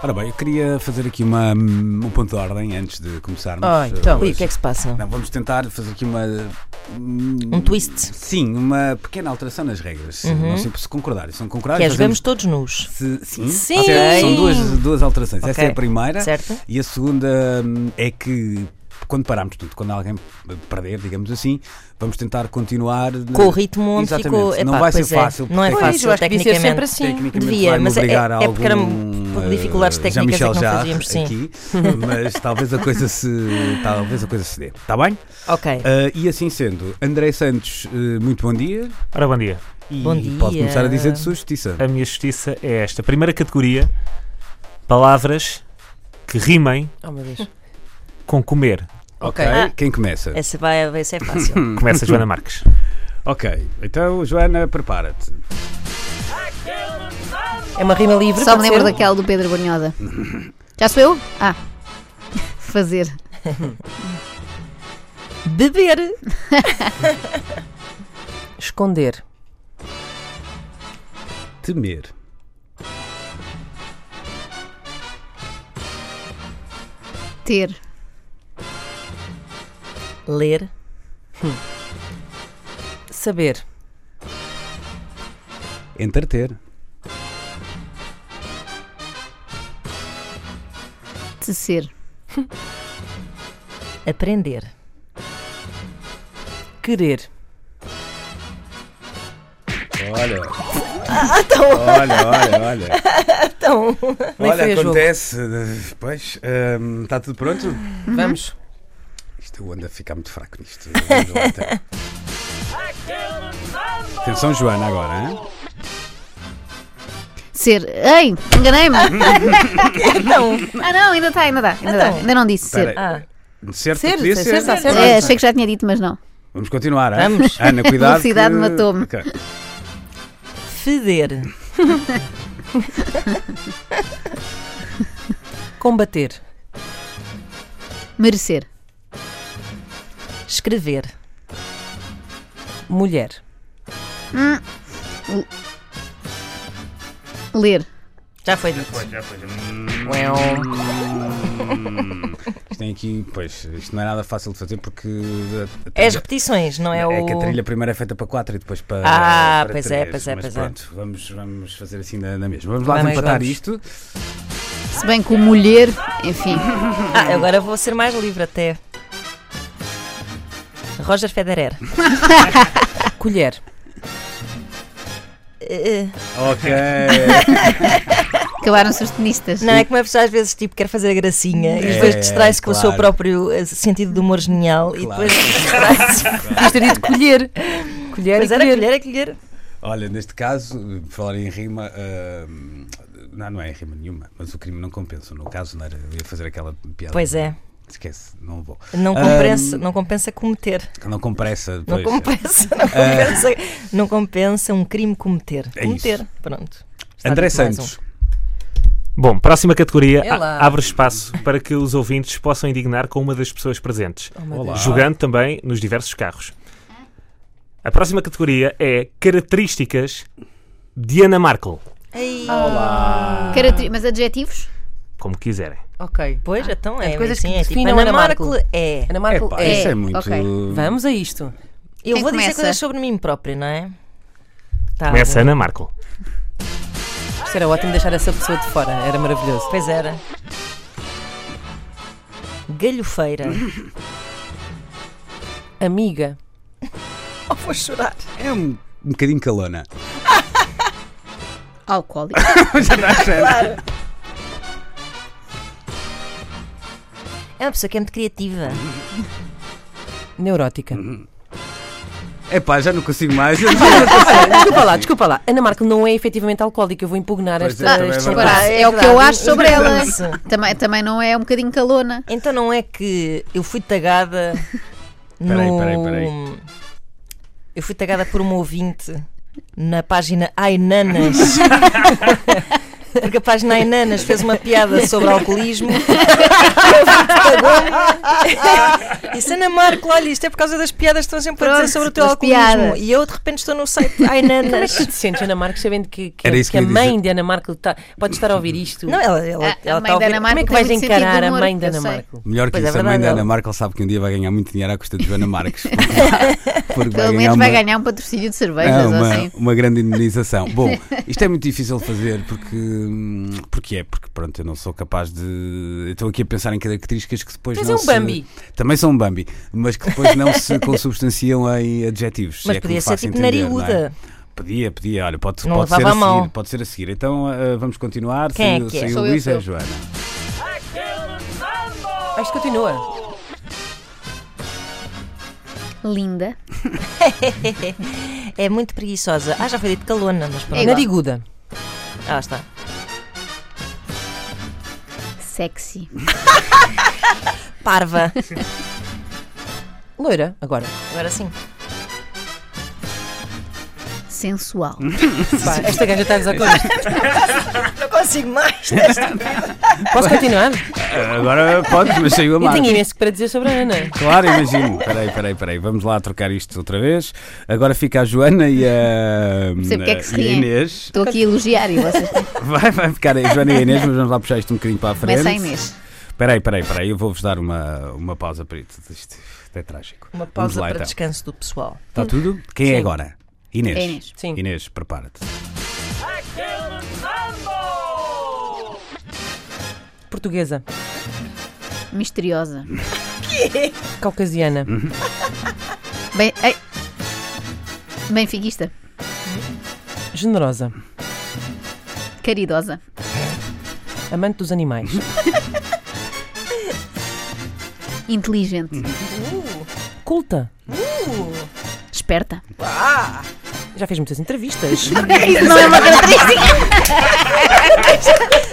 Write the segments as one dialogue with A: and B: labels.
A: Ora bem, eu queria fazer aqui uma, um ponto de ordem antes de começarmos. eh,
B: Ah, então.
A: hoje.
B: Ui,
C: E o que é que se passa?
A: Não, vamos tentar fazer aqui uma. hum,
C: Um twist.
A: Sim, uma pequena alteração nas regras. Não sei se concordarem. Se não concordarem,
C: Queres
A: fazemos-
C: vermos é, todos nus?
A: Se- Ah, então sim,
C: Sim!
A: Certo, são duas, duas alterações. Essa
C: Ok.
A: é a primeira.
C: Certo.
A: E a segunda hum, é que quando pararmos tudo, quando alguém perder, digamos assim, vamos tentar continuar. na-
C: Com o ritmo onde
A: Exatamente.
C: ficou.
A: Não
C: Epá,
A: vai ser
C: pois é.
A: fácil,
C: Não é
A: porque-
B: Pois, eu
C: fácil,
B: acho que devia ser sempre
C: tecnicamente.
B: assim.
A: Tecnicamente
C: Devia,
A: vai-me
C: mas é-
A: obrigar
C: é-
A: a
C: é porque eram
A: algum, eh,
C: dificuldades técnicas é que
A: Jean-Michel
C: não
A: Jarre
C: fazíamos, sim.
A: aqui, mas talvez a coisa se talvez a coisa se dê,
D: Tá
A: está bem?
C: Ok.
A: Eh, e assim sendo, André Santos, eh, muito bom dia
D: Ora, bom dia.
A: e
C: Bom dia. Eh,
A: pode começar a dizer de sua justiça.
D: A minha justiça é esta. Primeira categoria: palavras que rimem
C: Oh, meu Deus.
D: com comer.
A: Eh, Ok,
C: Ah.
A: quem começa?
C: Essa vai essa é fácil.
D: Começa Joana Marques.
A: Ok, então Joana, prepara-te.
C: É uma rima livre.
B: Só
C: pode
B: me
C: ser?
B: lembro daquela do Pedro Brunhosa. Já sou eu? Ah, fazer.
C: Beber. Esconder.
A: Temer.
B: Ter.
C: Ler. Hum. Saber.
A: Entreter.
B: Tecer.
C: Aprender. Querer.
A: Olha.
C: Ah,
A: Olha, olha, olha.
C: Então, tá nem foi
A: olha,
C: a jogo.
A: acontece. eh, Pois, ehm, está tudo pronto?
C: Vamos.
A: Isto eu ando a ficar muito fraco nisto. Vamos lá, até. Atenção, Joana, agora. Hein?
B: Ser. Ei, enganei-me.
C: Então,
B: Ah, não, ainda está, ainda dá. Ainda, dá.
C: Então.
B: ainda não disse ser.
A: Espera
C: ah,
A: aí. Certo,
C: Ser,
A: podia
C: ser,
A: ser.
C: ser, ser,
B: É, achei que já tinha dito, mas não.
A: Vamos continuar, hein?
C: Vamos.
A: Ana, cuidado.
B: Velocidade
A: que-
B: matou-me.
A: Ok.
C: feder. Combater.
B: Merecer.
C: Escrever. Mulher.
B: Ler.
C: Já foi dito. Ué,
A: Isto tem aqui, pois, isto não é nada fácil de fazer porque. a- a
C: É as
A: trilha-
C: repetições, não é, o.
A: que a trilha primeiro é feita para 4 e depois para.
C: Ah,
A: para
C: pois é,
A: três,
C: pois é,
A: mas
C: pois é.
A: pronto, Vamos, vamos fazer assim na, na mesma. Vamos lá
C: Vamos,
A: empatar
C: vamos.
A: isto.
B: Se bem que o mulher, enfim.
C: Ah, agora vou ser mais livre até. Roger Federer. Colher. Eh,
A: Ok.
B: Acabaram-se os tenistas.
C: Não, é que uma pessoa às vezes tipo, quer fazer a gracinha
A: É,
C: e depois distrai-se com o seu
A: claro.
C: próprio eh, sentido de humor genial e
A: Claro.
C: depois distrai-se. Mas teria de colher. Colher Mas era colher, é colher.
A: Olha, neste caso, por falar em rima. ahm, não, não é em rima nenhuma, mas o crime não compensa. No caso, não era. Eu ia fazer aquela piada.
C: Pois é,
A: Esquece, não vou.
C: não
A: Ahm,
C: compensa, não compensa cometer.
A: Não compressa.
C: Não
A: Pois. é.
C: compensa, não compensa, não compensa um crime cometer.
A: Ah. É
C: Cometer,
A: isso.
C: pronto. Está
A: André
C: dito mais um.
A: Santos.
D: Bom, próxima categoria
C: É lá.
D: a- abre espaço para que os ouvintes possam indignar com uma das pessoas presentes,
C: Oh, meu
A: Olá.
C: Deus.
D: jogando também nos diversos carros. A próxima categoria é características de Ana Markle,
C: Ei.
B: Caracteri- Mas adjetivos?
D: como quiserem.
E: Ok.
C: Pois, então é,
E: coisas que
C: assim, é tipo,
E: definam
C: Ana
E: Ana Marco.
C: Markle é.
E: Ana Marco
A: Epá,
E: é.
A: isso é
B: É,
A: muito.
B: ok.
E: Vamos a isto.
C: Eu
B: Quem
C: vou dizer
B: começa?
C: coisas sobre mim própria, não é? Tá,
D: Começa
C: bom.
D: Ana Markle.
E: Isto era ótimo deixar essa pessoa de fora. Era maravilhoso.
C: Pois era. Galhofeira.
E: Amiga.
C: oh, vou chorar.
A: É um, um bocadinho calona.
B: Alcoólico.
A: tá
C: É uma pessoa que é muito criativa.
E: Neurótica.
A: Uhum. Epá, já não consigo mais.
E: desculpa lá, desculpa lá. Ana Marco não é efetivamente alcoólica. Eu vou impugnar
A: Pois
E: esta.
A: é, também é
E: este-
A: verdade.
B: Agora, é, o que eu acho sobre ela.
C: Isso.
B: Também, também não é um bocadinho calona.
C: Então não é que eu fui tagada no...
A: Peraí, peraí, peraí.
C: Eu fui tagada por um ouvinte na página Ai Nanas Porque a página Ainanas fez uma piada sobre alcoolismo. e Sana Marco, olha, isto é por causa das piadas que estão sempre a
B: Pronto,
C: dizer sobre o teu
B: das
C: alcoolismo.
B: piadas.
C: E eu de repente estou no site
E: Como é
C: Ainanas.
E: que te sentes, Ana Marques, sabendo que, que-
A: Era isso
E: que
A: que
E: a
A: eu ia
E: mãe
A: dizer.
E: de Ana Marco tá- pode estar a ouvir isto?
C: Não, ela, tá ela,
B: Ah, A- a
C: ela
B: mãe
C: está a
B: da
C: ouvir.
B: Ana
E: Como é que
B: Marco
E: vais
B: tem muito sentido
E: encarar
B: de
E: a
B: humor,
E: mãe da
B: eu
E: Ana
B: sei.
E: Marco?
A: Melhor que
E: Pois é,
A: isso, a mãe
E: verdade,
A: da Ana
E: ela-
A: Markel sabe que um dia vai ganhar muito dinheiro à custa de Joana Marques. porque- Porque
B: Pelo menos vai
A: uma-
B: ganhar um patrocínio de cervejas
A: É,
B: ou
A: uma,
B: assim.
A: uma grande indemnização. Bom, isto é muito difícil de fazer porque, hum, porque é, porque pronto, eu não sou capaz de. eu Estou aqui a pensar em características que depois
E: Mas é
A: não
E: um
A: se-
E: Bambi.
A: Também são um Bambi, mas que depois não se consubstanciam em adjetivos.
C: Mas
A: é que
C: podia
A: me
C: ser
A: faço
C: tipo
A: entender, não é?
C: nariúda.
A: Podia, podia, olha, pode,
C: Não
A: pode ser
C: levava
A: a
C: a mão.
A: seguir, pode ser a seguir. Então ah, vamos continuar,
C: Quem é
A: sem,
C: que é?
A: sem
B: Sou
A: o
B: eu,
A: Luís
B: sou
A: e a
B: eu.
A: Joana.
E: Ah, Isto continua.
B: Linda.
C: É muito preguiçosa. Ah, já foi dito calona, mas pronto.
B: É igual.
E: Nariguda.
C: Ah, lá está.
B: Sexy.
C: Parva.
E: Loira, agora.
C: Agora sim.
B: Sensual.
E: Pá, esta gaja está a gozar com isto.
C: Não consigo mais. né?
E: Posso continuar?
A: Eh, Agora podes, mas saiu a
E: Eu
A: marca.
E: tenho imenso para dizer sobre a Ana.
A: Claro, imagino. Peraí, peraí, peraí. Vamos lá trocar isto outra vez. Agora fica a Joana e a,
B: sei porque é que se
A: e a
B: riem.
A: Inês.
B: Estou aqui a elogiar e vocês
A: Vai, vai ficar a Joana e a Inês, mas vamos lá puxar isto um bocadinho para a frente.
B: começam a Inês.
A: Peraí, peraí, peraí. Eu vou-vos dar uma, uma pausa para isto. Isto é trágico.
C: Uma
A: Vamos
C: pausa
A: lá,
C: para
A: então.
C: descanso do pessoal.
A: Está tudo? Quem é agora? Inês.
B: É Inês.
E: Sim.
A: Inês, prepara-te.
E: Portuguesa.
B: Misteriosa.
E: Caucasiana.
A: Uhum.
B: Bem. Ei. Benfiquista.
E: Generosa.
B: Caridosa.
E: Amante dos animais.
B: Inteligente.
E: Culta.
B: Esperta.
E: Já fez muitas entrevistas.
B: Isso não é uma característica.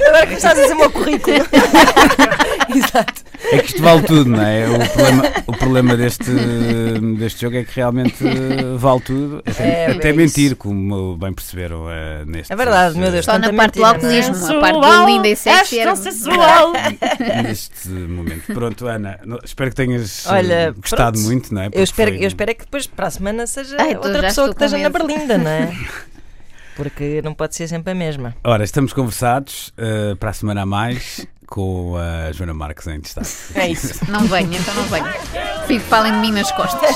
C: Agora começaste a dizer o meu currículo.
E: Exato.
A: É que isto vale tudo, não é? O problema, o problema deste, deste jogo é que realmente eh, vale tudo. Até,
C: É,
A: até
C: é
A: mentir, como bem perceberam eh, neste.
C: É verdade, meu Deus.
B: Só na
C: Tanta
B: parte do
C: mentira, não é?
B: alcoolismo. A parte do linda e sexy era.
A: neste momento. Pronto, Ana, no- espero que tenhas eh,
C: Olha,
A: gostado
C: pronto.
A: muito, não é? Porque
C: Eu espero,
A: foi-
C: eu espero é que depois para a semana seja
B: Ai,
C: outra
B: tô- Ah, então já
C: pessoa que
B: estou
C: esteja na
B: com
C: berlinda, não é? Porque não pode ser sempre a mesma.
A: Ora, estamos conversados eh, para a semana a mais com a Joana Marques em destaque.
E: É isso.
B: Não venho, então não venho. Fico falem de mim nas costas.